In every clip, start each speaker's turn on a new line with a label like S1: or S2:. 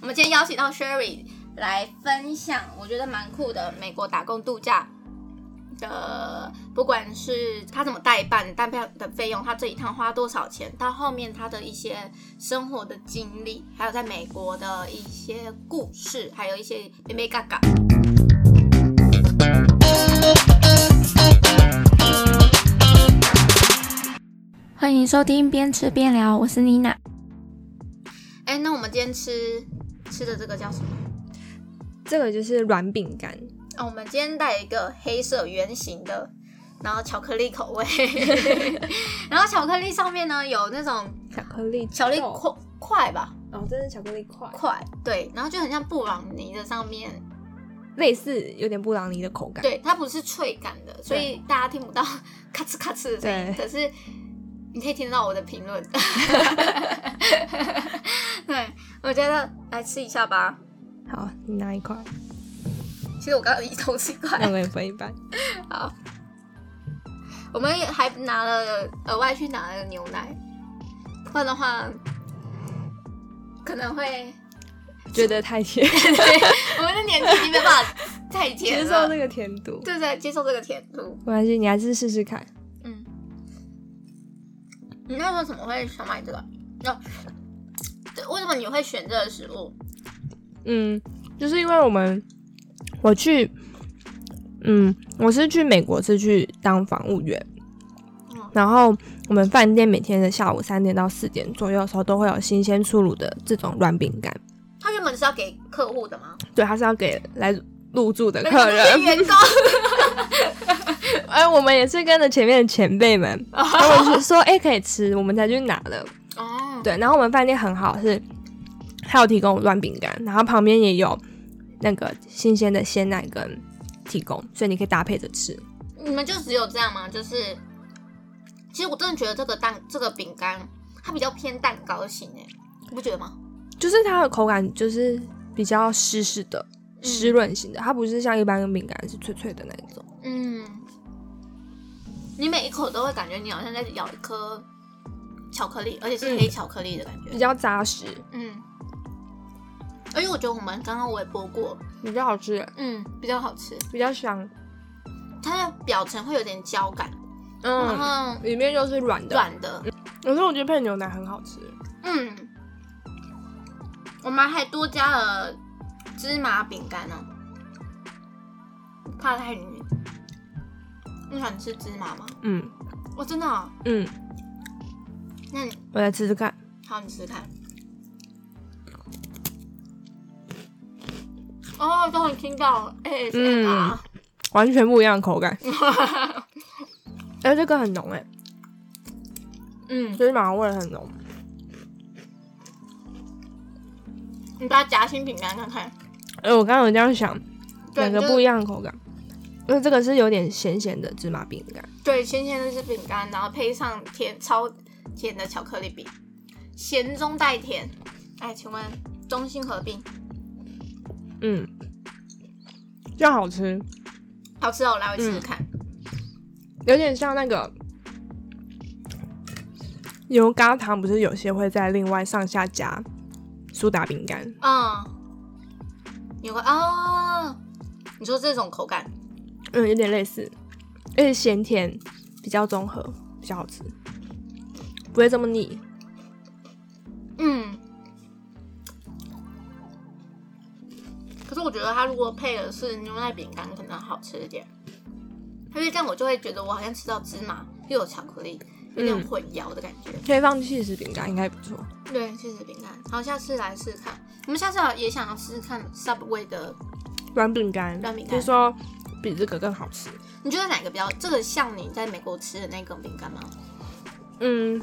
S1: 我们今天邀请到 Sherry 来分享，我觉得蛮酷的美国打工度假的，不管是他怎么代办、代办的费用，他这一趟花多少钱，到后面他的一些生活的经历，还有在美国的一些故事，还有一些咩咩嘎嘎。
S2: 欢迎收听边吃边聊，我是妮娜。
S1: 哎，那我们今天吃吃的这个叫什么？
S2: 这个就是软饼干，
S1: 啊，我们今天带一个黑色圆形的，然后巧克力口味， 然后巧克力上面呢有那种
S2: 巧克力，
S1: 巧克力块块吧
S2: 哦，这是巧克力块，
S1: 块，对，然后就很像布朗尼的上面，
S2: 类似有点布朗尼的口感。
S1: 对，它不是脆感的，所以大家听不到咔哧咔哧的声音，可是你可以听得到我的评 论。对，我觉得来吃一下吧。
S2: 好，你拿一块，
S1: 其实我刚刚一头吃一块，
S2: 那我也分一半。
S1: 我们也还拿了额外去拿了牛奶，不然的话可能会
S2: 觉得太 甜，
S1: 我们的年纪已经没办法太
S2: 接
S1: 甜
S2: 受
S1: 了
S2: 这，个甜度。
S1: 对不对？接受这个甜度。
S2: 没关系，你还是试试看。
S1: 嗯，你那时候怎么会想买这个？哦，对为什么你会选这个食物？
S2: 嗯，就是因为我们我去，嗯，我是去美国是去当房务员
S1: 嗯。
S2: 然后我们饭店每天的下午三点到四点左右的时候，都会有新鲜出炉的这种软饼干。
S1: 它原本是要给客户的吗？
S2: 对，他是要给来入住的客
S1: 那
S2: 人
S1: 是。员 工
S2: 哎，我们也是跟着前面的前辈们，他们就说，哎、可以吃，我们才去拿的。
S1: 哦，
S2: 对，然后我们饭店很好，是还有提供软饼干，然后旁边也有那个新鲜的鲜奶跟提供，所以你可以搭配着吃。
S1: 你们就只有这样吗？就是，其实我真的觉得这个蛋这个饼干它比较偏蛋糕型诶，你不觉得吗？
S2: 就是它的口感就是比较湿湿的、湿润型的，它不是像一般的饼干是脆脆的那一种。
S1: 嗯，你每一口都会感觉你好像在咬一颗巧克力，而且是黑巧克力的感觉
S2: 比。较扎实，
S1: 嗯，而且我觉得我们刚刚微波过，
S2: 比较好吃，
S1: 嗯，比较好吃，
S2: 比较香。
S1: 它的表层会有点焦感，然
S2: 嗯，
S1: 后
S2: 里面就是软的，
S1: 软的，
S2: 可是我觉得配牛奶很好吃。
S1: 嗯。我们还多加了芝麻饼干呢，怕太腻。你想吃芝麻吗？
S2: 嗯
S1: 我、真的哦、
S2: 嗯，
S1: 那你
S2: 我来吃吃看。
S1: 好，你试试看。哦，终于听到哎了
S2: 嗯
S1: ASMR，、
S2: 完全不一样的口 感。哎、这个很浓哎、
S1: 嗯，
S2: 芝麻味很浓。
S1: 你把它夹心饼干看看，
S2: 哎、我刚刚有这样想，
S1: 对
S2: 两个
S1: 就是
S2: 不一样的口感。因为这个是有点咸咸的芝麻饼干，
S1: 对，鲜鲜的是饼干，然后配上甜超甜的巧克力饼，咸中带甜。哎，请问中心合并
S2: 嗯，这样好吃，
S1: 好吃哦，来我试试看。
S2: 有点像那个油咖糖，不是有些会在另外上下加苏打饼干，
S1: 嗯，有个啊，你说这种口感，
S2: 嗯，有点类似，而且咸甜比较综合，比较好吃，不会这么腻。
S1: 嗯。可是我觉得它如果配的是牛奶饼干，可能好吃一点。因为这样我就会觉得我好像吃到芝麻又有巧克力，有点
S2: 嗯
S1: 混淆的感觉。
S2: 可以放起司饼干，应该不错。
S1: 对，cheese 饼干。好，下次来试试看。我们下次也想要试试看 Subway 的，
S2: 软饼干，
S1: 软饼干
S2: 听说比这个更好吃。
S1: 你觉得哪个比较？这个像你在美国吃的那个饼干吗？
S2: 嗯，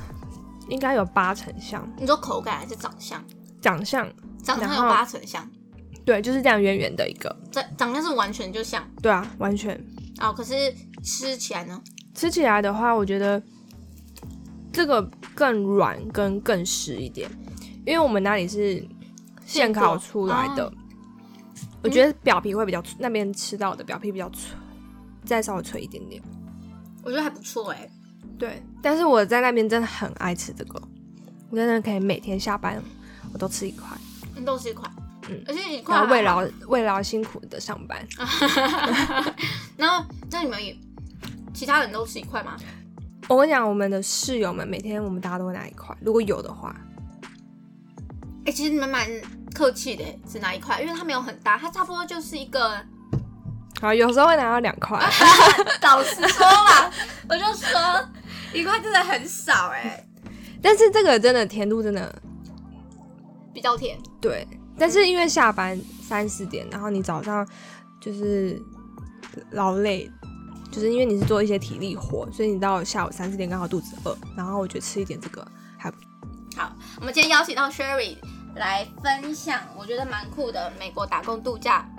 S2: 应该有八成像，
S1: 你说口感还是长相？
S2: 长相
S1: 长相有
S2: 然后
S1: 八成像，
S2: 对，就是这样圆圆的一个。
S1: 长长相是完全就像
S2: 对啊，完全
S1: 哦，可是吃起来呢？
S2: 吃起来的话，我觉得这个更软跟更实一点，因为我们那里是现烤出来的，
S1: 哦
S2: 我觉得表皮会比较脆，那边吃到的表皮比较脆，再稍微脆一点点。
S1: 我觉得还不错哎、
S2: 对，但是我在那边真的很爱吃这个，我真的可以每天下班我都吃一块。
S1: 豆是一款。而且你快
S2: 嗯然后
S1: 要
S2: 慰劳慰劳辛苦的上班。
S1: 然后那你们也其他人都吃一块吗？
S2: 我跟你讲，我们的室友们每天我们大家都会拿一块，如果有的话，
S1: 哎、其实你们蛮客气的，只拿一块，因为它没有很大，它差不多就是一个。
S2: 然后有时候会拿到两块。
S1: 老实说啦，我就说一块真的很少哎、
S2: 但是这个真的甜度真的
S1: 比较甜。
S2: 对，但是因为下班三四点，然后你早上就是劳累，就是因为你是做一些体力活，所以你到下午三四点刚好肚子饿，然后我觉得吃一点这个还不
S1: 好，我们今天邀请到 Sherry 来分享，我觉得蛮酷的美国打工度假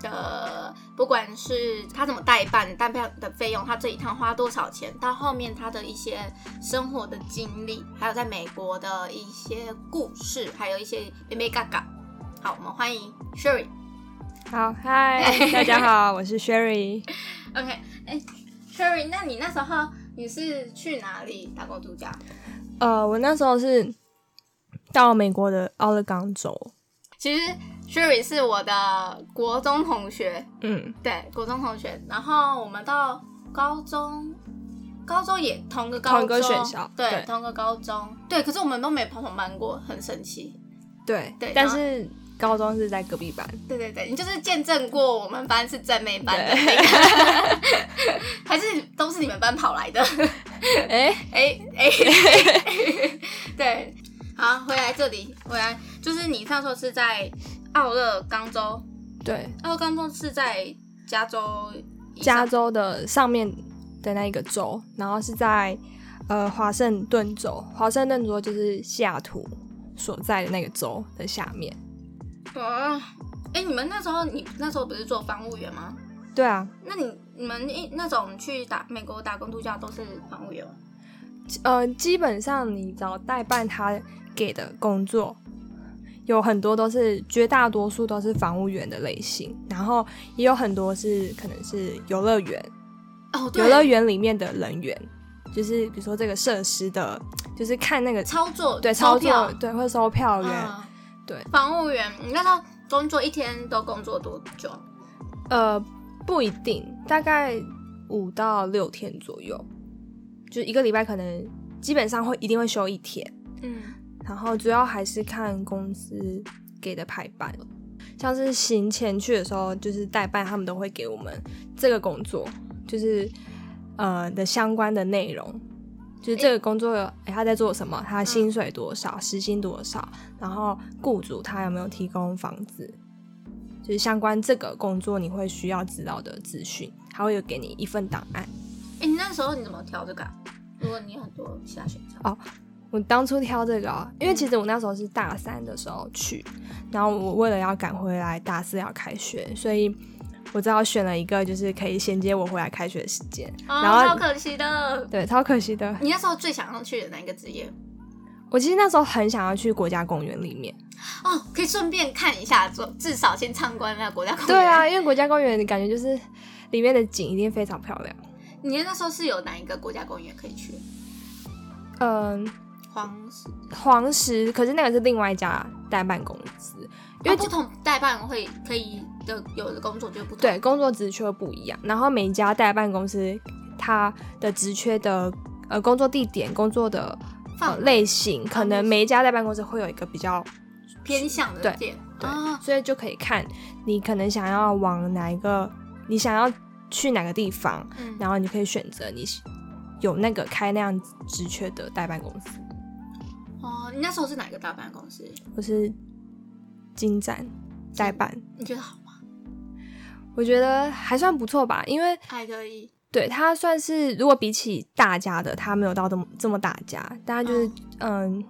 S1: 的，不管是他怎么代办、单票的费用，他这一趟花多少钱，到后面他的一些生活的经历，还有在美国的一些故事，还有一些妹妹嘎嘎。好，我们欢迎 Sherry。
S2: 好。嗨，大家好，我是 Sherry。
S1: OK，哎、s h e r r y 那你那时候你是去哪里打工度假？
S2: 呃，我那时候是到美国的奥勒冈州，
S1: 其实 Sherry 是我的国中同学，
S2: 嗯，
S1: 对，国中同学。然后我们到高中，高中也同个高中，
S2: 同一个学校
S1: 对，
S2: 对
S1: 同个高中，对。可是我们都没跑同班过，很神奇。
S2: 对，
S1: 对
S2: 但
S1: 然后
S2: 是高中是在隔壁 班，
S1: 对对对，你就是见证过我们班是正妹班的
S2: 对
S1: 那个， 还是都是你们班跑来 的？
S2: 哎、
S1: 哎哎，哎对，好，回来这里，回来就是你上次是在奥勒冈州，
S2: 对，
S1: 奥勒冈州哦是在加州以
S2: 加
S1: 上，
S2: 州的上面的那一个州，然后是在呃华盛顿州，华盛顿州就是西雅图所在的那个州的下面。
S1: 啊，哎、你们那时候你那时候不是做房务员吗？
S2: 对啊，
S1: 那你你们一那种去打美国打工度假都是房务员吗，
S2: 呃，基本上你找代办他给的工作，有很多都是绝大多数都是房务员的类型，然后也有很多是可能是游乐园，
S1: 哦，对
S2: 游乐园里面的人员，就是比如说这个设施的，就是看那个
S1: 操作
S2: 对
S1: 钞
S2: 操
S1: 票
S2: 作对会收票员，
S1: 嗯
S2: 对
S1: 房务员，你那时候工作一天都工作多久？嗯
S2: 呃，不一定，大概五到六天左右，就一个礼拜可能基本上会一定会休一天，
S1: 嗯，
S2: 然后主要还是看公司给的排班。像是行前去的时候，就是代办他们都会给我们这个工作，就是呃的相关的内容，就是这个工作、诶他在做什么，他薪水多少，时薪多少，然后雇主他有没有提供房子，就是相关这个工作你会需要知道的资讯，他会有给你一份档案。
S1: 哎、你那时候你怎么挑这个、啊？如果你有很多其他选项，
S2: 我当初挑这个啊，
S1: 嗯
S2: 因为其实我那时候是大三的时候去，然后我为了要赶回来大四要开学，所以我只好选了一个就是可以衔接我回来开学的时间。
S1: 啊
S2: 然后
S1: 超可惜的。
S2: 对，超可惜的。
S1: 你那时候最想要去的哪一个职业？
S2: 我其实那时候很想要去国家公园里面。
S1: 哦，可以顺便看一下，做至少先参观那个国家公园。
S2: 对啊，，因为国家公园感觉就是里面的景一定非常漂亮。
S1: 你那时候是有哪一个国家公园可以去？
S2: 嗯，
S1: 黄石，
S2: 黄石，可是那个是另外一家代办公司，
S1: 因
S2: 因
S1: 为、
S2: 为
S1: 不同代办会可以的有的工作就不同。
S2: 对，工作职缺不一样，然后每一家代办公司它的职缺的呃工作地点、工作的
S1: 范
S2: 呃
S1: 围
S2: 类型，可
S1: 类
S2: 能
S1: 型
S2: 每一家代办公司会有一个比较，
S1: 偏向的
S2: 对
S1: 点
S2: 对
S1: 啊，
S2: 所以就可以看你可能想要往哪一个，你想要去哪个地方，
S1: 嗯，
S2: 然后你可以选择你喜有那个开那样职缺的代办公司，
S1: 哦，你那时候是哪一个代办公司？
S2: 或是金展代办，
S1: 你觉得好吗？
S2: 我觉得还算不错吧，因为
S1: 还可以，
S2: 对它算是，如果比起大家的，它没有到这么这么大家，大家就是嗯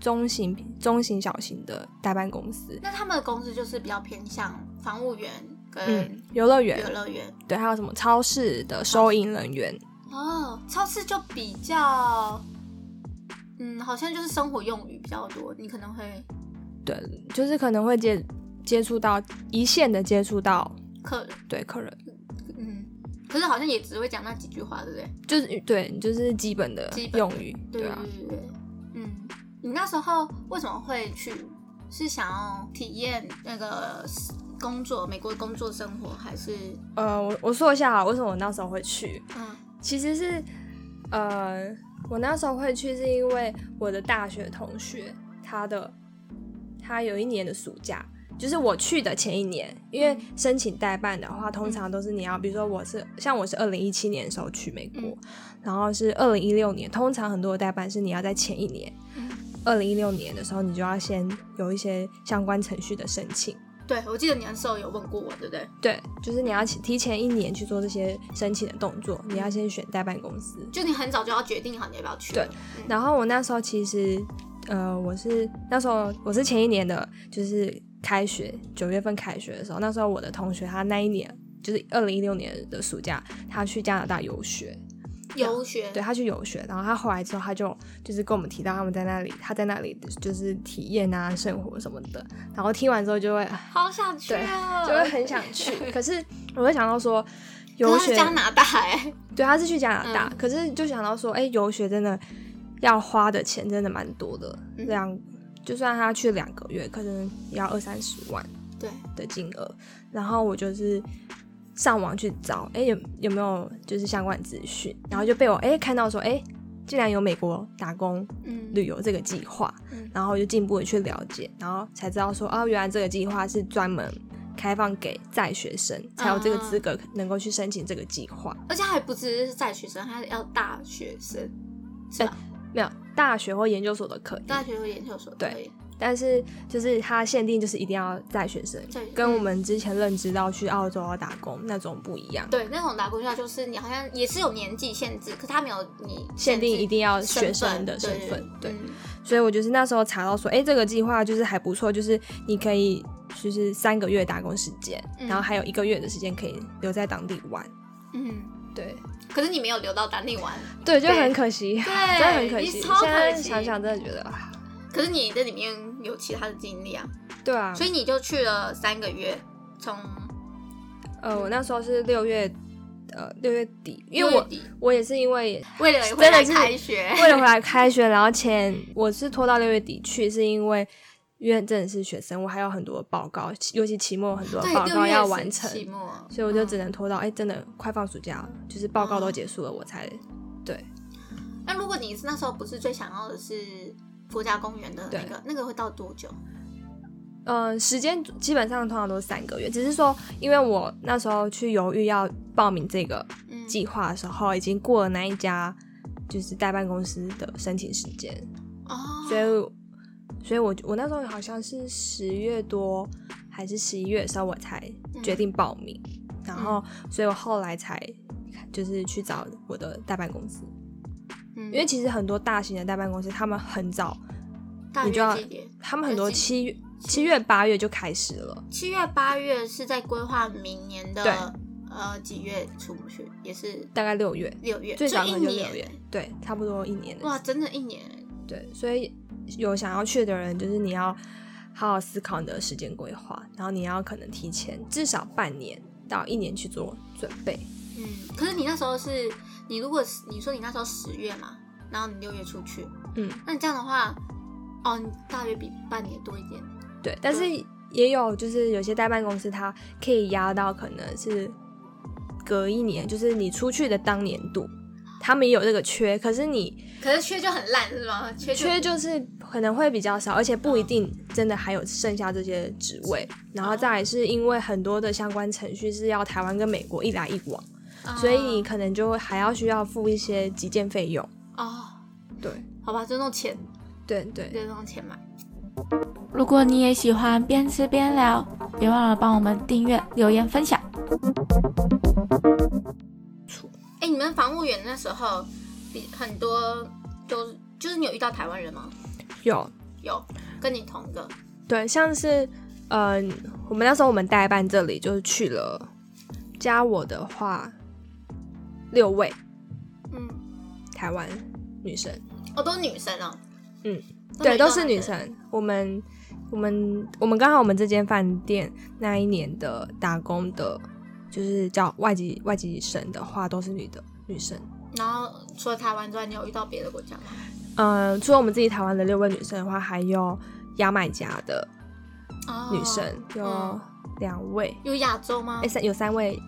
S2: 中型、中型、小型的代办公司，
S1: 那他们的公司就是比较偏向房务员跟
S2: 嗯，游乐
S1: 游
S2: 园，
S1: 乐园
S2: 对，还有什么超市的收银人员，
S1: 哦，超市就比较，嗯，好像就是生活用语比较多，你可能会
S2: 对，就是可能会接接触到一线的接触到
S1: 客人，
S2: 对客人，
S1: 嗯，可是好像也只会讲那几句话，对不对？
S2: 就是对，就是基本的
S1: 基本的嗯
S2: 用语，对
S1: 对嗯
S2: 啊，
S1: 对对，嗯，你那时候为什么会去是想要体验那个工作，美国工作生活，还是
S2: 呃，我我说一下好，为什么我那时候会去？
S1: 嗯
S2: 其实是，呃，我那时候会去是因为我的大学同学，他的他有一年的暑假，就是我去的前一年，因为申请代办的话，
S1: 嗯
S2: 通常都是你要，比如说我是像我是二零一七年的时候去美国，
S1: 嗯
S2: 然后是二零一六年，通常很多的代办是你要在前一年
S1: 嗯，
S2: 二零一六年的时候，你就要先有一些相关程序的申请。
S1: 对我记得你那时候有问过我，对不对？
S2: 对，就是你要提提前一年去做这些申请的动作，你要先选代办公司，
S1: 就你很早就要决定好你要不要去，
S2: 对，然后我那时候其实，呃，我是那时候我是前一年的，就是开学九月份开学的时候，那时候我的同学他那一年就是二零一六年的暑假，他去加拿大游学，
S1: 游学
S2: 对他去游学，然后他回来之后他就就是跟我们提到他们在那里，他在那里就是体验啊生活什么的，然后听完之后就会哎
S1: 好想去哦，
S2: 就会很想 去，可是我会想到说。游
S1: 可是它
S2: 学
S1: 是加拿大哎，
S2: 对，他是去加拿
S1: 嗯
S2: 大，可是就想到说，哎、游学真的要花的钱真的蛮多的，
S1: 嗯
S2: 两、就算他去两个月，可能也要二三十万
S1: 对，
S2: 的金额。然后我就是上网去找，哎、有有没有就是相关资讯，然后就被我哎、看到说，哎、竟然有美国打工
S1: 嗯，
S2: 旅游这个计划
S1: 嗯，
S2: 然后就进一步的去了解，然后才知道说，哦，原来这个计划是专门开放给在学生才有这个
S1: 啊
S2: 资格能够去申请这个计划。
S1: 而且还不只是在学生，还要大学生，是吧？
S2: 没有大学或研究所都可以，
S1: 大学和研究所都
S2: 对
S1: 可以，
S2: 但是就是它限定就是一定要在学生，
S1: 在
S2: 跟我们之前认知到去澳洲要打工那种不一样，
S1: 对那种打工校就是你好像也是有年纪限制，可他没有你
S2: 限定
S1: 制
S2: 一定要学
S1: 身
S2: 生
S1: 份
S2: 的身份，对，
S1: 嗯
S2: 所以我就是那时候查到说，哎，这个计划就是还不错，就是你可以就是三个月打工时间，
S1: 嗯
S2: 然后还有一个月的时间可以留在当地玩，
S1: 嗯，
S2: 对
S1: 可是你没有留到当地 玩，
S2: 对，就
S1: 对
S2: 很可惜，
S1: 对
S2: 真的很可惜，
S1: 你超可惜
S2: 现在想想真的觉得，啊
S1: 可是你这里面有其他的经历啊，
S2: 对啊，
S1: 所以你就去了三个月，从
S2: 呃，我那时候是六月。呃，六月底，因
S1: 六
S2: 为
S1: 月
S2: 我
S1: 底
S2: 我也是因为
S1: 为了回
S2: 真的
S1: 来
S2: 是
S1: 开学，
S2: 为了回来开学，然后前我是拖到六月底去，是因为因为真的是学生，我还有很多报告，尤其期末很多
S1: 对
S2: 报
S1: 六
S2: 告
S1: 月
S2: 要
S1: 是
S2: 完成，
S1: 期末，
S2: 所以我就只
S1: 嗯
S2: 能拖到哎、真的快放暑假了，就是报告都结束了，我才
S1: 那如果你是那时候不是最想要的是国家公园的那个，那个会到多久？
S2: 嗯、
S1: 哦
S2: 呃时间基本上通常都是三个月，只是说因为我那时候去犹豫要报名这个
S1: 嗯，
S2: 计划的时候，已经过了那一家就是代办公司的申请时间，
S1: 哦，
S2: 所以，所以我我那时候好像是十月多还是十一月的时候，我才
S1: 嗯
S2: 决定报名，然后，所以我后来才就是去找我的代办公司，
S1: 因
S2: 因
S1: 嗯
S2: 为其实很多大型的代办公司，他们很早，
S1: 大
S2: 你就要
S1: 约几点？
S2: 他们很多
S1: 就
S2: 七月
S1: 嗯
S2: 七月八月就开始了，
S1: 七月、八月是在规划明年
S2: 对
S1: 的呃几月出去，也是
S2: 大概六月，
S1: 六月，
S2: 最早可
S1: 一
S2: 能就六月
S1: 年，，
S2: 对，差不多一年的
S1: 哇，真的一年，
S2: 对，所以有想要去的人，就是你要好好思考你的时间规划，然后你要可能提前至少半年到一年去做准备。
S1: 嗯。可是你那时候是，你如果是你说你那时候十月嘛，然后你六月出去，
S2: 嗯，
S1: 那你这样的话，哦，你大约比半年多一点，
S2: 对，但是也有就是有些代办公司它可以压到可能是隔一年，就是你出去的当年度，他们也有这个缺，可是你
S1: 可是缺就很烂是吗？缺就
S2: 缺就是可能会比较少，而且不一定真的还有剩下这些职位。然后再来是因为很多的相关程序是要台湾跟美国一来一往。
S1: 啊
S2: 所以你可能就会还要需要付一些急件费用。
S1: 哦，
S2: 对，
S1: 好吧，就弄钱，
S2: 对对，
S1: 就弄钱买。
S3: 如果你也喜欢边吃边聊，别忘了帮我们订阅、留言、分享。
S1: 哎、你们房务员那时候比很多都就是你有遇到台湾人吗？
S2: 有
S1: 有，跟你同个
S2: 对，像是嗯、我们那时候我们代办这里就是去了，加我的话六位
S1: 嗯，
S2: 台湾女生，
S1: 哦，都是女生哦，
S2: 嗯，
S1: 没
S2: 对，
S1: 遇到
S2: 都是
S1: 男
S2: 女。生。我们我们我们刚好我们这间饭店那一年的打工的，就是叫外籍外籍生的话，都是女的女生。
S1: 然后除了台湾之外，你有遇到别的国家吗？
S2: 嗯，除了我们自己台湾的六位女生的话，还有牙买加的
S1: 哦
S2: 女生，哦有两位，
S1: 有亚洲吗
S2: 哎、？三有三位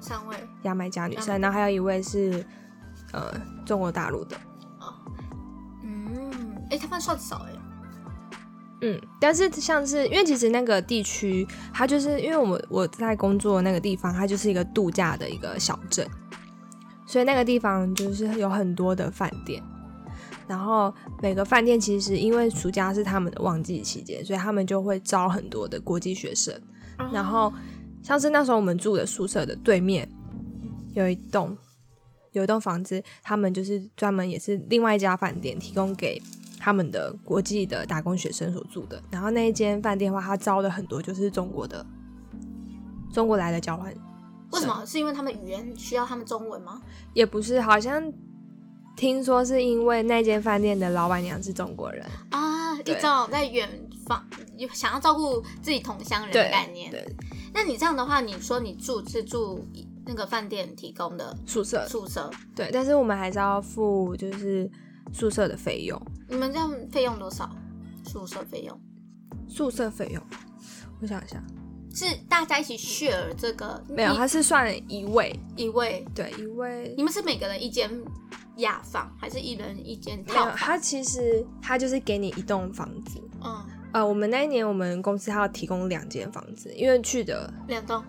S1: 三位，
S2: 牙买加女
S1: 牙买
S2: 生，然后还有一位是呃中国大陆的，
S1: 嗯，哎，他们算少哎，
S2: 嗯，但是像是因为其实那个地区，它就是因为我我在工作的那个地方，它就是一个度假的一个小镇，所以那个地方就是有很多的饭店，然后每个饭店其实因为暑假是他们的旺季期间，所以他们就会招很多的国际学生，然
S1: 哦
S2: 后像是那时候我们住的宿舍的对面有一栋有一栋房子，他们就是专门也是另外一家饭店提供给他们的国际的打工学生所住的。然后那一间饭店的话，他招了很多就是中国的中国来的交换，
S1: 为什么？是因为他们语言需要他们中文吗？
S2: 也不是好像。听说是因为那间饭店的老板娘是中国人，
S1: 啊，一
S2: 对
S1: 种在远方想要照顾自己同乡人的
S2: 对
S1: 概念。
S2: 对
S1: 那你这样的话，你说你住是住那个饭店提供的
S2: 宿舍，
S1: 宿舍，
S2: 对，但是我们还是要付就是宿舍的费用，
S1: 你们这样费用多少？宿舍费用
S2: 宿舍费用，我想一下，
S1: 是大家一起 share 这个？
S2: 没有，
S1: 一
S2: 它是算一位，
S1: 一位，
S2: 对，一位
S1: 你们是每个人一间雅房，还是一人一间
S2: 没有
S1: 套，房？
S2: 它其实它就是给你一栋房子。
S1: 嗯，
S2: 呃，我们那一年我们公司它要提供两间房子，因为去的
S1: 两栋。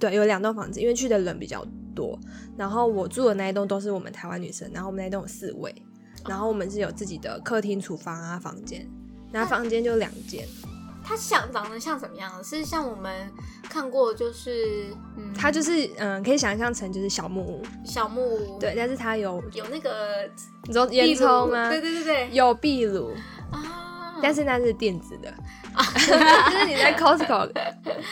S2: 对有两栋房子，因为去的人比较多。然后我住的那一栋都是我们台湾女生，然后我们那一栋有四位，
S1: 哦
S2: 然后我们是有自己的客厅、厨房啊房间，然后房间就两间，
S1: 它像长得像什么样？是像我们看过，就是嗯，
S2: 它就是嗯可以想象成就是小木屋，
S1: 小木屋，
S2: 对，，但是它有
S1: 有那个
S2: 你说烟
S1: 壁炉
S2: 囱吗？
S1: 对对对对，
S2: 有壁炉，
S1: 啊，
S2: 但是那是电子的， 就是你在 Costco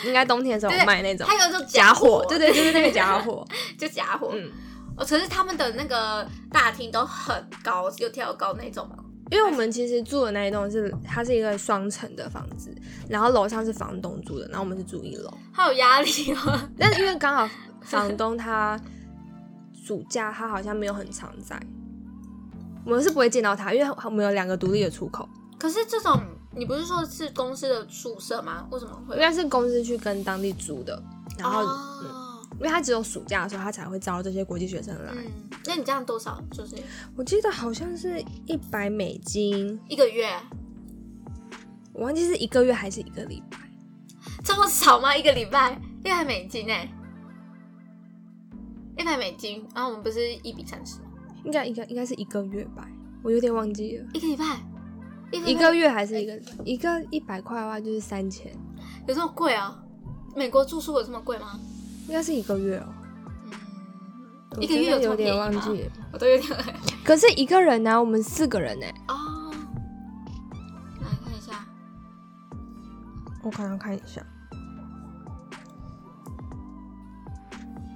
S2: 应该冬天的时候有卖那种
S1: 它有一种
S2: 假
S1: 火
S2: 火，，对对，就是那个假火，
S1: 就假火。
S2: 嗯，
S1: 哦，可是他们的那个大厅都很高，又跳高那种吗？
S2: 因为我们其实住的那一栋是它是一个双层的房子，然后楼上是房东住的，然后我们是住一楼，
S1: 好有压力哦。
S2: 但是因为刚好房东他暑假他好像没有很常在，我们是不会见到他，因为我们有两个独立的出口，
S1: 可是这种你不是说是公司的宿舍吗？为什么会
S2: 应？该是公司去跟当地租的，然后、嗯
S1: 哦，
S2: 因为他只有暑假的时候他才会招这些国际学生来。
S1: 嗯，那你这样多少？就是
S2: 我记得好像是一百美金，
S1: 一个月
S2: 我忘记是一个月还是一个礼拜。
S1: 这么少吗？一个礼拜一百美金哎、一百美金，然、后我们不是一比三十吗？
S2: 应该应该应该是一个月吧，我有点忘记了，
S1: 一个礼拜，一
S2: 一
S1: 礼拜
S2: 个月还是一个一个一百块的话就是三千，
S1: 有这么贵啊？美国住宿有这么贵吗？
S2: 应该是一个月哦、
S1: 嗯，
S2: 我
S1: 一个月
S2: 真
S1: 有这么
S2: 的有点
S1: 便宜
S2: 忘
S1: 吗
S2: 记了。
S1: 我都有点
S2: 可是一个人呢、啊我们四个人欸呢、
S1: 哦，来看一下，
S2: 我刚刚看一下，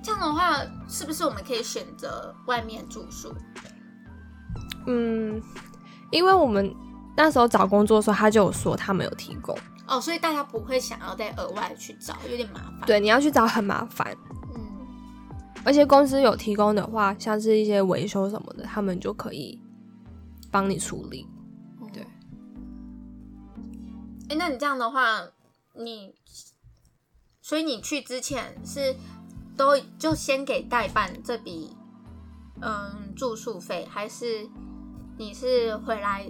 S1: 这样的话，是不是我们可以选择外面住宿？
S2: 嗯，因为我们那时候找工作的时候，他就有说他没有提供，
S1: 哦，所以大家不会想要再额外去找，有点麻烦。，
S2: 对，你要去找很麻烦，
S1: 嗯，
S2: 而且公司有提供的话，像是一些维修什么的，他们就可以帮你处理。对
S1: 哎、诶那你这样的话，你，所以你去之前是都就先给代办这笔，嗯，住宿费，还是你是回来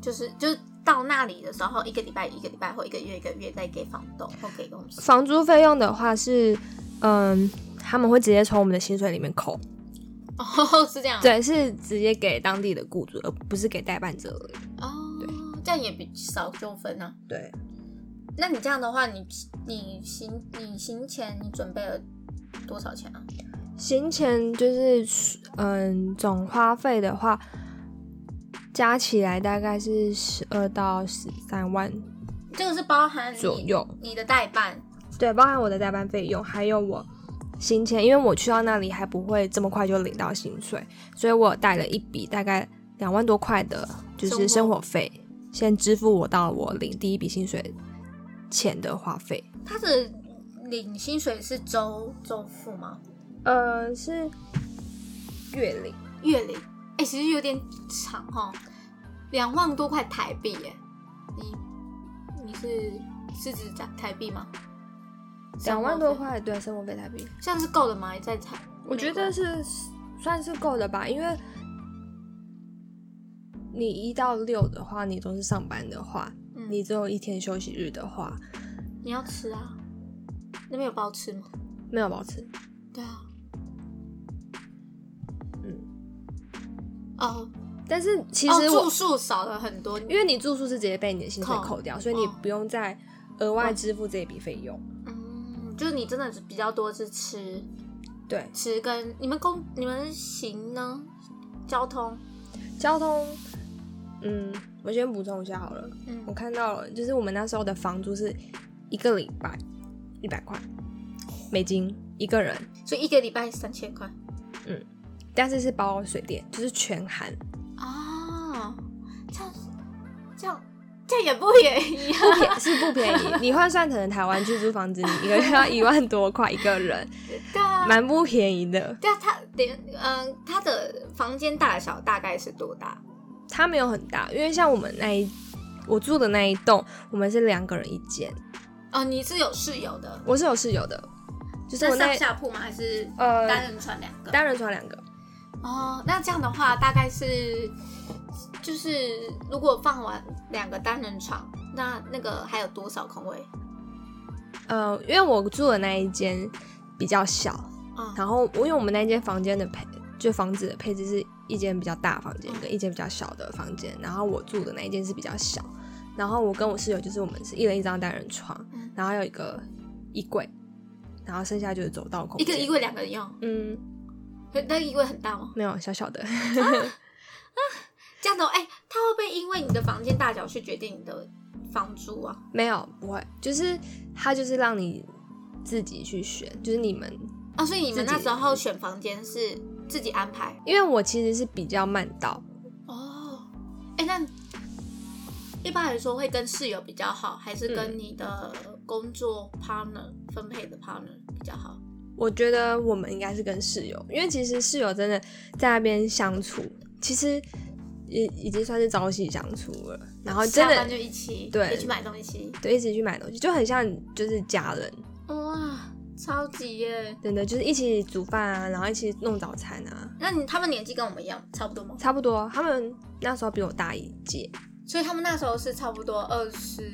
S1: 就是就是到那里的时候，一个礼拜一个礼拜或一个月一个月再给房东或给公司？
S2: 房租费用的话是，嗯，他们会直接从我们的薪水里面扣，
S1: 哦， 是这样啊。
S2: 对，是直接给当地的雇主，而不是给代办者而已。
S1: 哦
S2: 对，
S1: 这样也比少纠纷啊。
S2: 对，
S1: 那你这样的话，你你行你行前你准备了多少钱啊？
S2: 行前就是，嗯，总花费的话，加起来大概是十二到十三万
S1: 这个是包含你
S2: 左右。
S1: 你的代办
S2: 对，包含我的代办费用，还有我行前，因为我去到那里还不会这么快就领到薪水，所以我带了一笔大概两万多块的，就是
S1: 生
S2: 生
S1: 活
S2: 活费，先支付我到我领第一笔薪水前的花费。
S1: 他的领薪水是周周付吗？
S2: 呃，是月领，
S1: 月领？哎、其实有点长哦，两万多块台币耶。你你是是指台台币吗？
S2: 两万多块，对，生活费台币，
S1: 这样是够的吗？在台
S2: 我觉得是算是够的吧，因为你一到六的话，你都是上班的话，
S1: 嗯
S2: 你只有一天休息日的话，
S1: 你要吃啊？那边有包吃吗？
S2: 没有保持。
S1: 对啊。
S2: 嗯。
S1: 哦，
S2: 但是嗯其
S1: 哦
S2: 实我、
S1: 住宿少了很多，
S2: 因为你住宿是直接被你的薪水
S1: 扣
S2: 扣掉，所以你
S1: 哦
S2: 不用再额外支付这一笔费用。
S1: 嗯，就是你真的是比较多是吃
S2: 对，
S1: 吃跟你们公你们行呢？交通，
S2: 交通，嗯，我先补充一下好了。我
S1: 嗯，
S2: 看到了，就是我们那时候的房租是一个礼拜一百块美金一个人，
S1: 所以一个礼拜三千块
S2: 但是是包水电，就是全 含，
S1: 啊，这样这样这样也不便宜啊，
S2: 不便是不便宜。你换算成台湾去租房子，你一个月要一万多块一个人，
S1: 对啊。
S2: 蛮不便宜的。
S1: 对啊，他连嗯，他的房间大小大概是多大？
S2: 它没有很大，因为像我们那一我住的那一栋，我们是两个人一间，
S1: 哦，你是有室友的，
S2: 我是有室友的，就
S1: 是
S2: 是我那
S1: 上下铺吗？还是
S2: 呃
S1: 单人床两个？
S2: 单人床两个，
S1: 哦，那这样的话大概是，就是如果放完两个单人床，那那个还有多少空位？
S2: 呃，因为我住的那一间比较小，
S1: 啊、
S2: 然后因为我们那间房间的配，就房子的配置是一间比较大房间跟一间比较小的房间，然后我住的那一间是比较小，然后我跟我室友就是我们是一人一张单人床
S1: 嗯，
S2: 然后还有一个衣柜，然后剩下就是走道空
S1: 一
S2: 间，
S1: 个衣柜两个人用，
S2: 嗯，
S1: 可那个衣柜很大吗？
S2: 没有小小的，
S1: 这样的话哎、他会不会因为你的房间大小去决定你的房租啊？
S2: 没有不会，就是它就是让你自己去选，就是你们
S1: 啊、所以你们
S2: 自己
S1: 那时候选房间是自己安排
S2: 因为我其实是比较慢到，
S1: 哦？哎、那一般来说会跟室友比较好，还是跟你的工作 partner 分配的 partner 比较好？
S2: 我觉得我们应该是跟室友，因为其实室友真的在那边相处，其实也已经算是朝夕相处了，然后真
S1: 下班就
S2: 的
S1: 一起，
S2: 对
S1: 也去买东西，
S2: 对一起去买东西，就很像就是家人，
S1: 哇，超级耶！
S2: 真的就是一起煮饭啊，然后一起弄早餐啊，
S1: 那你他们年纪跟我们一样，差不多吗？
S2: 差不多。他们那时候比我大一届，
S1: 所以他们那时候是差不多二十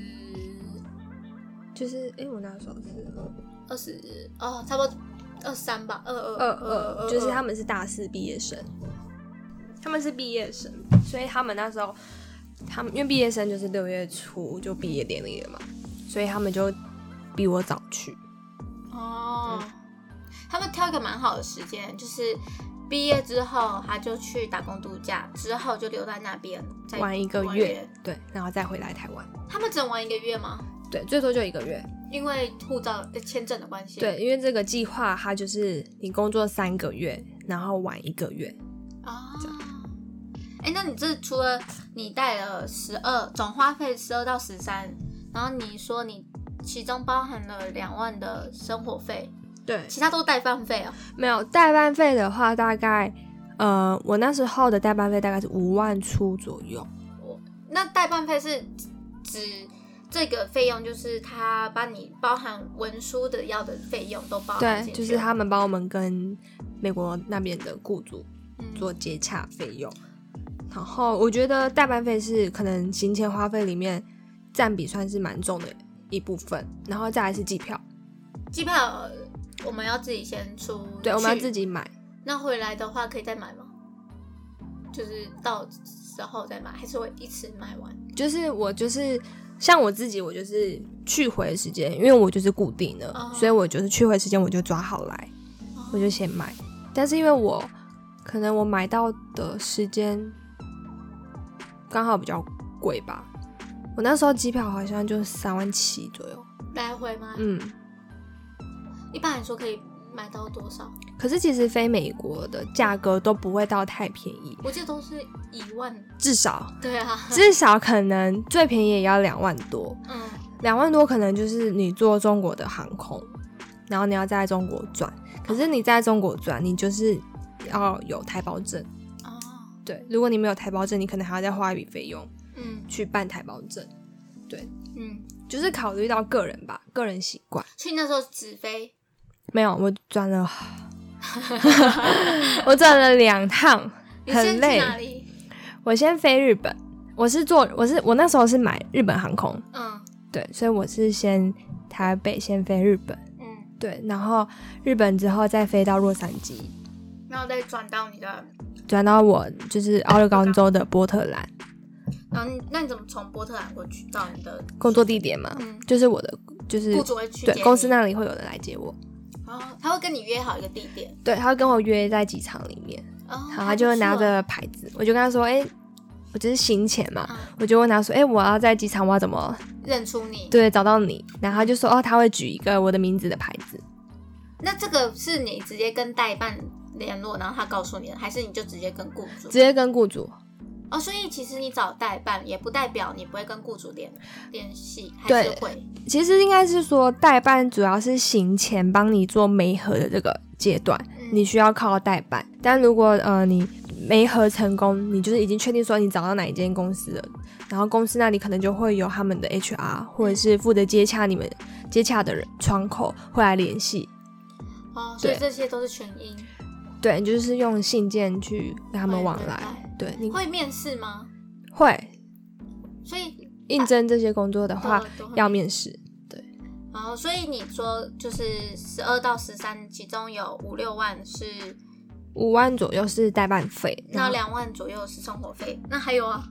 S2: 就是诶，我那时候是
S1: 二十哦，差不多二三吧，二二
S2: 二二，就是他
S1: 们
S2: 们是大四毕业生，呃他们是毕业生，所以他们那时候，他们因为毕业生就是六月初就毕业典礼了嘛，所以他们就比我早去。
S1: 哦，他们挑一个蛮好的时间，就是毕业之后他就去打工度假，之后就留在那边再
S2: 玩一个月，。对，然后再回来台湾，
S1: 他们只能玩一个月吗？
S2: 对，最多就一个月，
S1: 因为护照呃签证的关系，
S2: 对，因为这个计划它就是你工作三个月，然后玩一个月，
S1: 啊。哎、那你这除了你带了十二，总花费十二到十三，然后你说你其中包含了两万的生活费，
S2: 对，
S1: 其他都带饭费哦。
S2: 没有代办费的话，大概呃，我那时候的代办费大概是五万出左右，
S1: 那代办费是指这个费用，就是他帮你包含文书的要的费用都包含
S2: 对，
S1: 进去
S2: 就是他们帮我们跟美国那边的雇主
S1: 嗯
S2: 做接洽费用。然后我觉得代办费是可能行前花费里面占比算是蛮重的一部分，然后再来是机票，
S1: 机票，呃我们要自己先出，
S2: 对，我们要自。己买。
S1: 那回来的话可以再买吗？就是到时候再买，还是会一次买完？
S2: 就是我就是像我自己，我就是去回时间，因为我就是固定的，
S1: 哦
S2: 所以我就是去回时间我就抓好来，我就先买。但是因为我可能我买到的时间刚好比较贵吧，我那时候机票好像就三万七左右，
S1: 来回吗？
S2: 嗯。
S1: 一般来说可以买到多少？
S2: 可是其实飞美国的价格都不会到太便宜，
S1: 我记得都是一万。
S2: 至 少
S1: 对啊，
S2: 至少可能最便宜也要两万多，
S1: 嗯，
S2: 两万多可能就是你坐中国的航空，然后你要在中国转，可是你在中国转，你就是要有台胞证。
S1: 哦，
S2: 对，如果你没有台胞证，你可能还要再花一笔费用
S1: 嗯
S2: 去办台胞证。
S1: 嗯，
S2: 就是考虑到个人吧，个人习惯。
S1: 去那时候直飞，
S2: 没有，我转了，我转了两趟，
S1: 你先
S2: 很
S1: 去
S2: 累。
S1: 哪里？
S2: 我先飞日本，我是坐，我是我那时候是买日本航空，
S1: 嗯
S2: 对，所以我是先台北先飞日本，
S1: 嗯，
S2: 对，然后日本之后再飞到洛杉矶，
S1: 然后再转到你的，
S2: 转到我就是奥勒冈州的波特兰
S1: 然后你那你怎么从波特兰过去到你的
S2: 工作地点嘛，
S1: 嗯
S2: 就是我的就是
S1: 雇主会去接
S2: 对
S1: 你
S2: 公司？那里会有人来接我，
S1: 哦，他会跟你约好一个地点，
S2: 对，他会跟我约在机场里面，
S1: 哦，
S2: 好，
S1: 还
S2: 他
S1: 不
S2: 就会拿
S1: 错
S2: 着牌子，我就跟他说，哎、我只是行前嘛，
S1: 嗯
S2: 我就问他说，哎、我要在机场，我要怎么
S1: 认出你。
S2: 对找到你？然后他就说，哦，他会举一个我的名字的牌子。
S1: 那这个是你直接跟代办联络，然后他告诉你的，还是你就直接跟雇主
S2: 直？接跟雇主。
S1: 哦，所以其实你找代办也不代表你不会跟雇主联联系，还是
S2: 对
S1: 会。
S2: 其实应该是说，代办主要是行前帮你做媒合的这个阶段，
S1: 嗯
S2: 你需要靠代办。但如果呃你媒合成功，你就是已经确定说你找到哪一间公司了，然后公司那里可能就会有他们的 HR 或者是负责接洽你们接洽的人窗口会来联系。
S1: 哦，所以
S2: 对
S1: 这些都是全英，
S2: 对，就是用信件去跟他们往来。对，你
S1: 会面试吗？
S2: 会
S1: 所以
S2: 应征这些工作的话，
S1: 都都会
S2: 要面试。
S1: 哦，所以你说就是十二到十三，其中有五六万是，
S2: 五万左右是代办费，然
S1: 那
S2: 后
S1: 两万左右是生活费，那还有啊，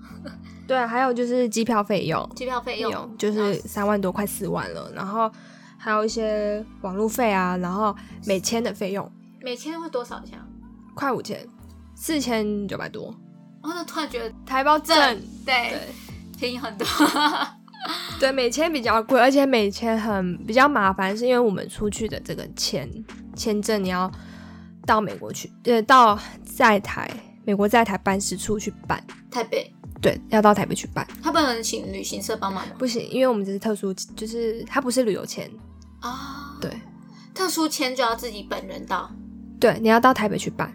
S2: 对，还有就是机票费用，
S1: 机票费用
S2: 就
S1: 然
S2: 是
S1: 后
S2: 三万多，快四万了。然后还有一些网路费啊，然后美签的费用
S1: 每天会多少钱啊？
S2: 快五千，四千九百多。
S1: 哦，那突然觉得
S2: 台胞证
S1: 证对
S2: 对
S1: 便宜很多，
S2: 对，美签比较贵，而且美签很比较麻烦，是因为我们出去的这个签签证你要到美国去，呃，到在台美国在台办事处去办，
S1: 台北，
S2: 对，要到台北去办，
S1: 他不能请旅行社帮忙吗？
S2: 不行，因为我们这是特殊，就是它不是旅游签，
S1: 啊、
S2: 对
S1: 特殊签就要自己本人到，
S2: 对，你要到台北去办。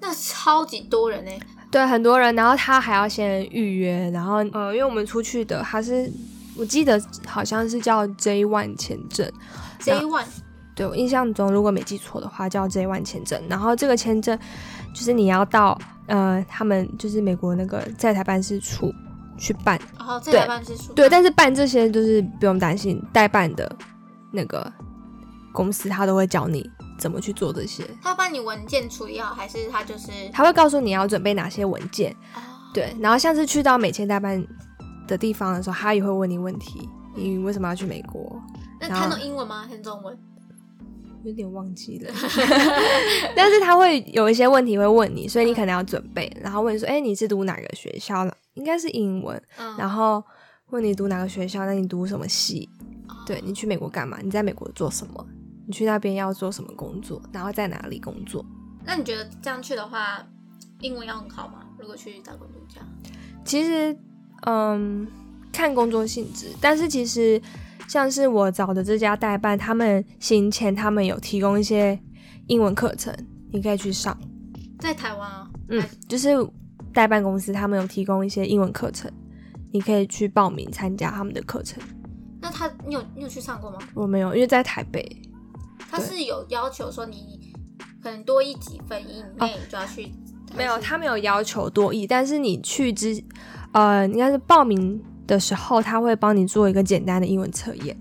S1: 那超级多人呢、欸
S2: 对，很多人，然后他还要先预约，然后呃，因为我们出去的，他是我记得好像是叫 J One 签证，
S1: 这一万
S2: 对我印象中如果没记错的话叫 J One 签证，然后这个签证就是你要到呃他们就是美国那个在台办事处去办，
S1: 然后再
S2: 对
S1: 来办事处，
S2: 对，但是办这些就是不用担心，代办的那个公司他都会教你怎么去做这些，
S1: 他帮你文件处理好，还是他就是
S2: 他会告诉你要准备哪些文件，
S1: 啊
S2: 对，然后像是去到美签代办的地方的时候，他也会问你问题，你为什么要去美国？
S1: 那
S2: 然
S1: 他
S2: 后
S1: 弄英文吗？还是中文？
S2: 有点忘记了， 但是他会有一些问题会问你，所以你可能要准备，然后问你说，哎、你是读哪个学校了？应该是英文，
S1: 嗯，
S2: 然后问你读哪个学校，那你读什么系？
S1: 哦
S2: 对你去美国干嘛？你在美国做什么？你去那边要做什么工作？然后在哪里工作？
S1: 那你觉得这样去的话，英文要很好吗？如果去打工度假，
S2: 其实，嗯，看工作性质，但是其实像是我找的这家代办，他们行前他们有提供一些英文课程，你可以去上。
S1: 在台湾啊，
S2: 嗯，就是代办公司他们有提供一些英文课程，你可以去报名参加他们的课程。
S1: 那他你有你有去上过吗？
S2: 我没有，因为在台北，
S1: 他是有要求说你可能多一几分以内就要去，
S2: 哦没有，
S1: 还是
S2: 他没有要求多译，但是你去之，呃，应该是报名的时候，他会帮你做一个简单的英文测验。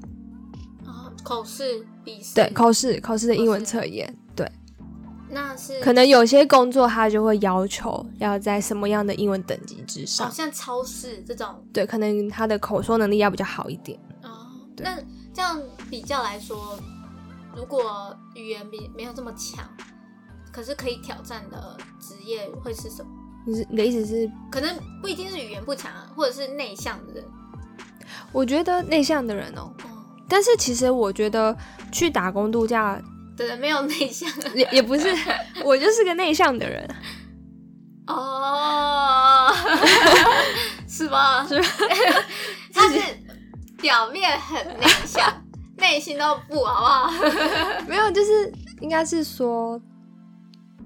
S1: 哦口试笔试，
S2: 对，考试考试的
S1: 考
S2: 英文
S1: 试
S2: 测验，对。
S1: 那是
S2: 可能有些工作他就会要求要在什么样的英文等级之上，
S1: 好像超市这种
S2: 对，可能他的口说能力要比较好一点。
S1: 哦，那这样比较来说，如果语言比没有这么强，可是可以挑战的职业会是什么？
S2: 你是你的意思是，
S1: 可能不一定是语言不强啊，或者是内向的人。
S2: 我觉得内向的人哦，
S1: 哦，
S2: 但是其实我觉得去打工度假
S1: 对，没有内向
S2: 也也不是，我就是个内向的人，
S1: 哦， 是吧？是他是表面很内向，内心都不好不好？
S2: 没有，就是应该是说，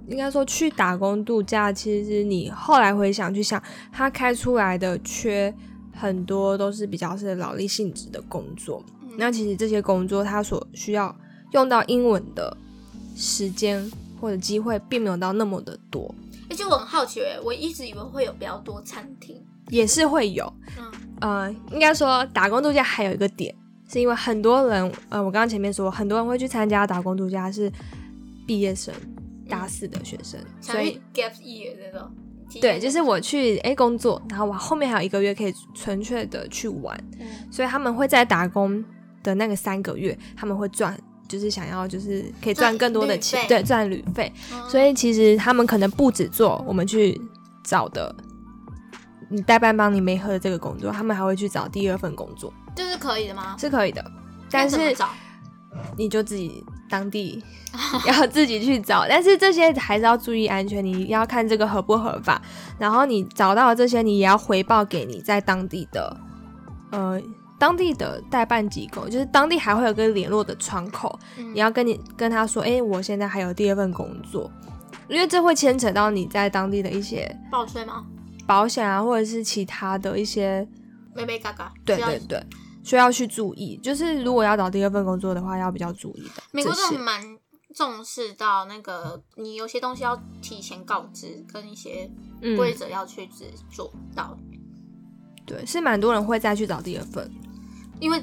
S2: 应该说去打工度假，其实你后来回想去想，他开出来的缺很多都是比较是劳力性质的工作。
S1: 嗯
S2: 那其实这些工作它所需要用到英文的时间或者机会，并没有到那么的多，
S1: 而嗯且我很好奇，我一直以为会有比较多餐厅，
S2: 也是会有。
S1: 嗯
S2: 呃，应该说打工度假还有一个点，是因为很多人，呃，我刚刚前面说，很多人会去参加打工度假是毕业生、大四的学生，所
S1: 想
S2: 以
S1: 去 gap year 那种。
S2: 对，就是我去诶工作，然后我后面还有一个月可以纯粹的去玩，
S1: 嗯
S2: 所以他们会在打工的那个三个月，他们会赚，就是想要就是可以赚
S1: 赚
S2: 更多的
S1: 旅
S2: 钱，
S1: 费
S2: 对，赚旅费。
S1: 嗯
S2: 所以其实他们可能不止做我们去找的，你代班帮你没合的这个工作，他们还会去找第二份工作，
S1: 这是可以的吗？
S2: 是可以的。但
S1: 那怎么
S2: 是
S1: 找
S2: 你就自己 当地要自己去找，但是这些还是要注意安全，你要看这个合不合法，然后你找到的这些，你也要回报给你在当地的呃当地的代办机构，就是当地还会有个联络的窗口，
S1: 嗯
S2: 你要跟你跟他说，诶，我现在还有第二份工作，因为这会牵扯到你在当地的一些
S1: 报税吗？
S2: 保险啊，或者是其他的一些
S1: 妹妹嘎嘎，
S2: 对
S1: 需要
S2: 对对。需要去注意，就是如果要找第二份工作的话，要比较注意的。
S1: 美国
S2: 这
S1: 真
S2: 些
S1: 的蛮重视到那个，你有些东西要提前告知，跟一些
S2: 嗯
S1: 规则要去执做到，
S2: 对，是蛮多人会再去找第二份。
S1: 因为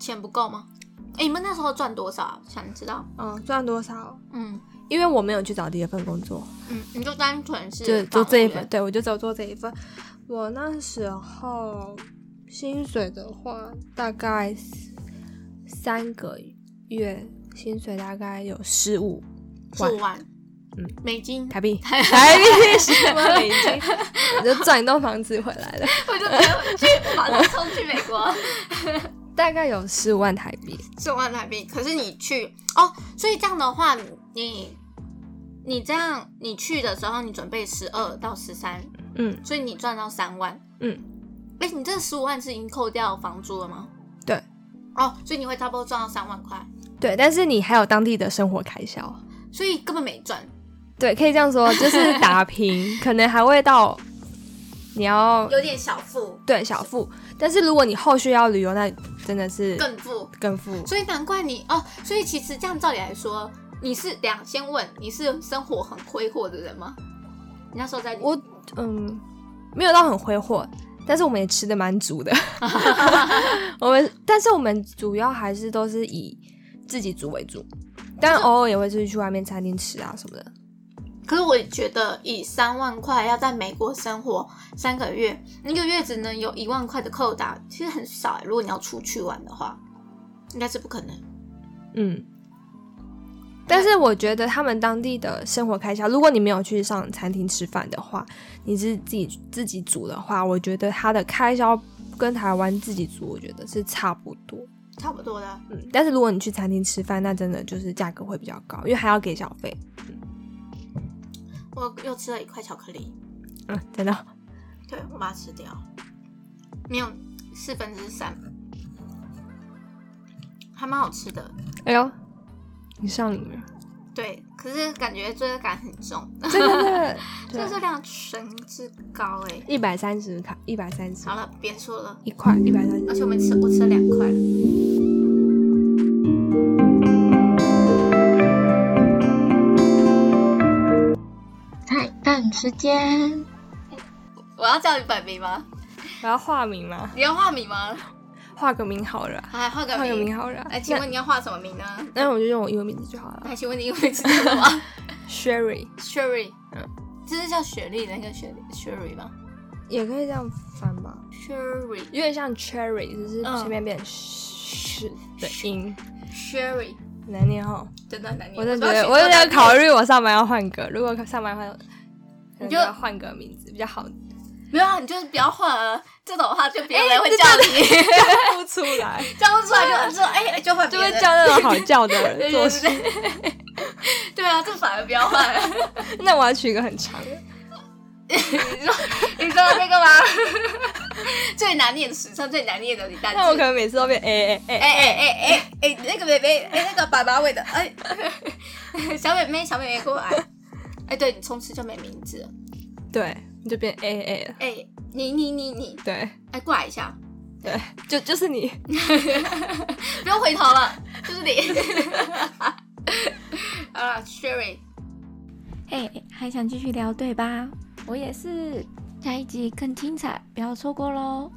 S1: 钱不够吗？哎、你们那时候赚多少啊？想知道？
S2: 嗯，赚多少？
S1: 嗯
S2: 因为我没有去找第二份工作，
S1: 嗯，你就单纯是
S2: 就
S1: 做
S2: 做这一份。对，我就只有做这一份。我那时候薪水的话，大概三个月薪水大概有十五
S1: 数万，
S2: 嗯
S1: 美 金，
S2: 台币，台币十万美金，我就赚一栋房子回来了，
S1: 我就直接去，我马上冲去美国，
S2: 大概有十五万台币。
S1: 十万台币。可是你去哦，所以这样的话，你你这样你去的时候，你准备十二到十三，
S2: 嗯，
S1: 所以你赚到三万，
S2: 嗯，
S1: 哎、你这十五万是已经扣掉房租了吗？
S2: 对，
S1: 哦，所以你会差不多赚到三万块，
S2: 对，但是你还有当地的生活开销。
S1: 所以根本没赚，
S2: 对，可以这样说，就是打平，可能还会到你要
S1: 有点小富
S2: 对小富，但是如果你后续要旅游，那真的是
S1: 更富，
S2: 更富。
S1: 所以难怪你哦，所以其实这样照理来说，你是两先问你是生活很挥霍的人吗？你那时候在
S2: 我嗯，没有到很挥霍，但是我们也吃的蛮足的。我们但是我们主要还是都是以自己煮为主，当然偶尔也会出去去外面餐厅吃啊什么的。
S1: 可是我觉得以三万块要在美国生活三个月，一个月只能有一万块的扣打，其实很少、欸。如果你要出去玩的话，应该是不可能。
S2: 嗯。但是我觉得他们当地的生活开销，如果你没有去上餐厅吃饭的话，你是自己自己煮的话，我觉得它的开销跟台湾自己煮，我觉得是差不多。
S1: 差不多的，
S2: 嗯，但是如果你去餐厅吃饭，那真的就是价格会比较高，因为还要给小费。
S1: 我又吃了一块巧克力，
S2: 嗯，真的。
S1: 对我把它吃掉，没有四分之三，还蛮好吃的。
S2: 哎呦，你上瘾了，
S1: 对，可是感觉罪恶感很重，
S2: 真 的，
S1: 这热量神之高哎、
S2: 一百三十卡，一百三十
S1: 好了，别说了，
S2: 一块，一百三十
S1: 而。且我们吃我吃了两块。哎
S4: 彩蛋时间，
S1: 我要叫你本名吗？
S2: 我要化名吗？
S1: 你要化名吗？
S2: 化个名好了，啊
S1: 还化个
S2: 化个
S1: 名
S2: 名。好了。啊
S1: 哎，请问你要化什么名呢？
S2: 那，那我就用我英文名字就好了
S1: 哎，请问你英文是什 么
S2: ，Sherry。
S1: ？Sherry，
S2: 嗯
S1: 这是叫雪莉的那个雪 Sherry 吗
S2: 也可以这样翻吧，
S1: ？Sherry，Sherry，
S2: 有点像 cherry，就是
S1: 嗯
S2: 前面变 sh 的音，很难念哦。
S1: 真的很难念。
S2: 我真
S1: 不
S2: 的
S1: 知
S2: 觉
S1: 道
S2: 得
S1: 写
S2: 我有
S1: 错哪
S2: 点
S1: 里
S2: 考。虑，我上班要换个，如果上班换，可
S1: 你
S2: 能
S1: 就
S2: 要换个名字比较好，
S1: 没有啊，你就是不要换啊，这种的话就别
S2: 哎
S1: 人会叫你，
S2: 叫不出来，
S1: 叫不出来就说哎，就换别
S2: 就会
S1: 人
S2: 叫那种好叫 的做事。
S1: 对 对啊，这反而不要换。
S2: 那我要取一个很 长的，
S1: 你说那个吗？ 最难念的史上最难念的一单
S2: 那我可
S1: 词。
S2: 能每次都变哎
S1: 哎
S2: 哎哎，
S1: 哎哎哎哎，那个妹妹，哎、那个爸爸喂的， 哎、小妹妹，小妹妹过来。哎、对你从此就没名字了。
S2: 对，你就变哎哎了。
S1: 哎、你你你你，
S2: 对，
S1: 哎，过来一 下，
S2: 就就是你，
S1: 不用回头了，就是你。 好了，Sherry，
S3: 嘿，还想继续聊对吧？我也是，下一集更精彩，不要错过喽！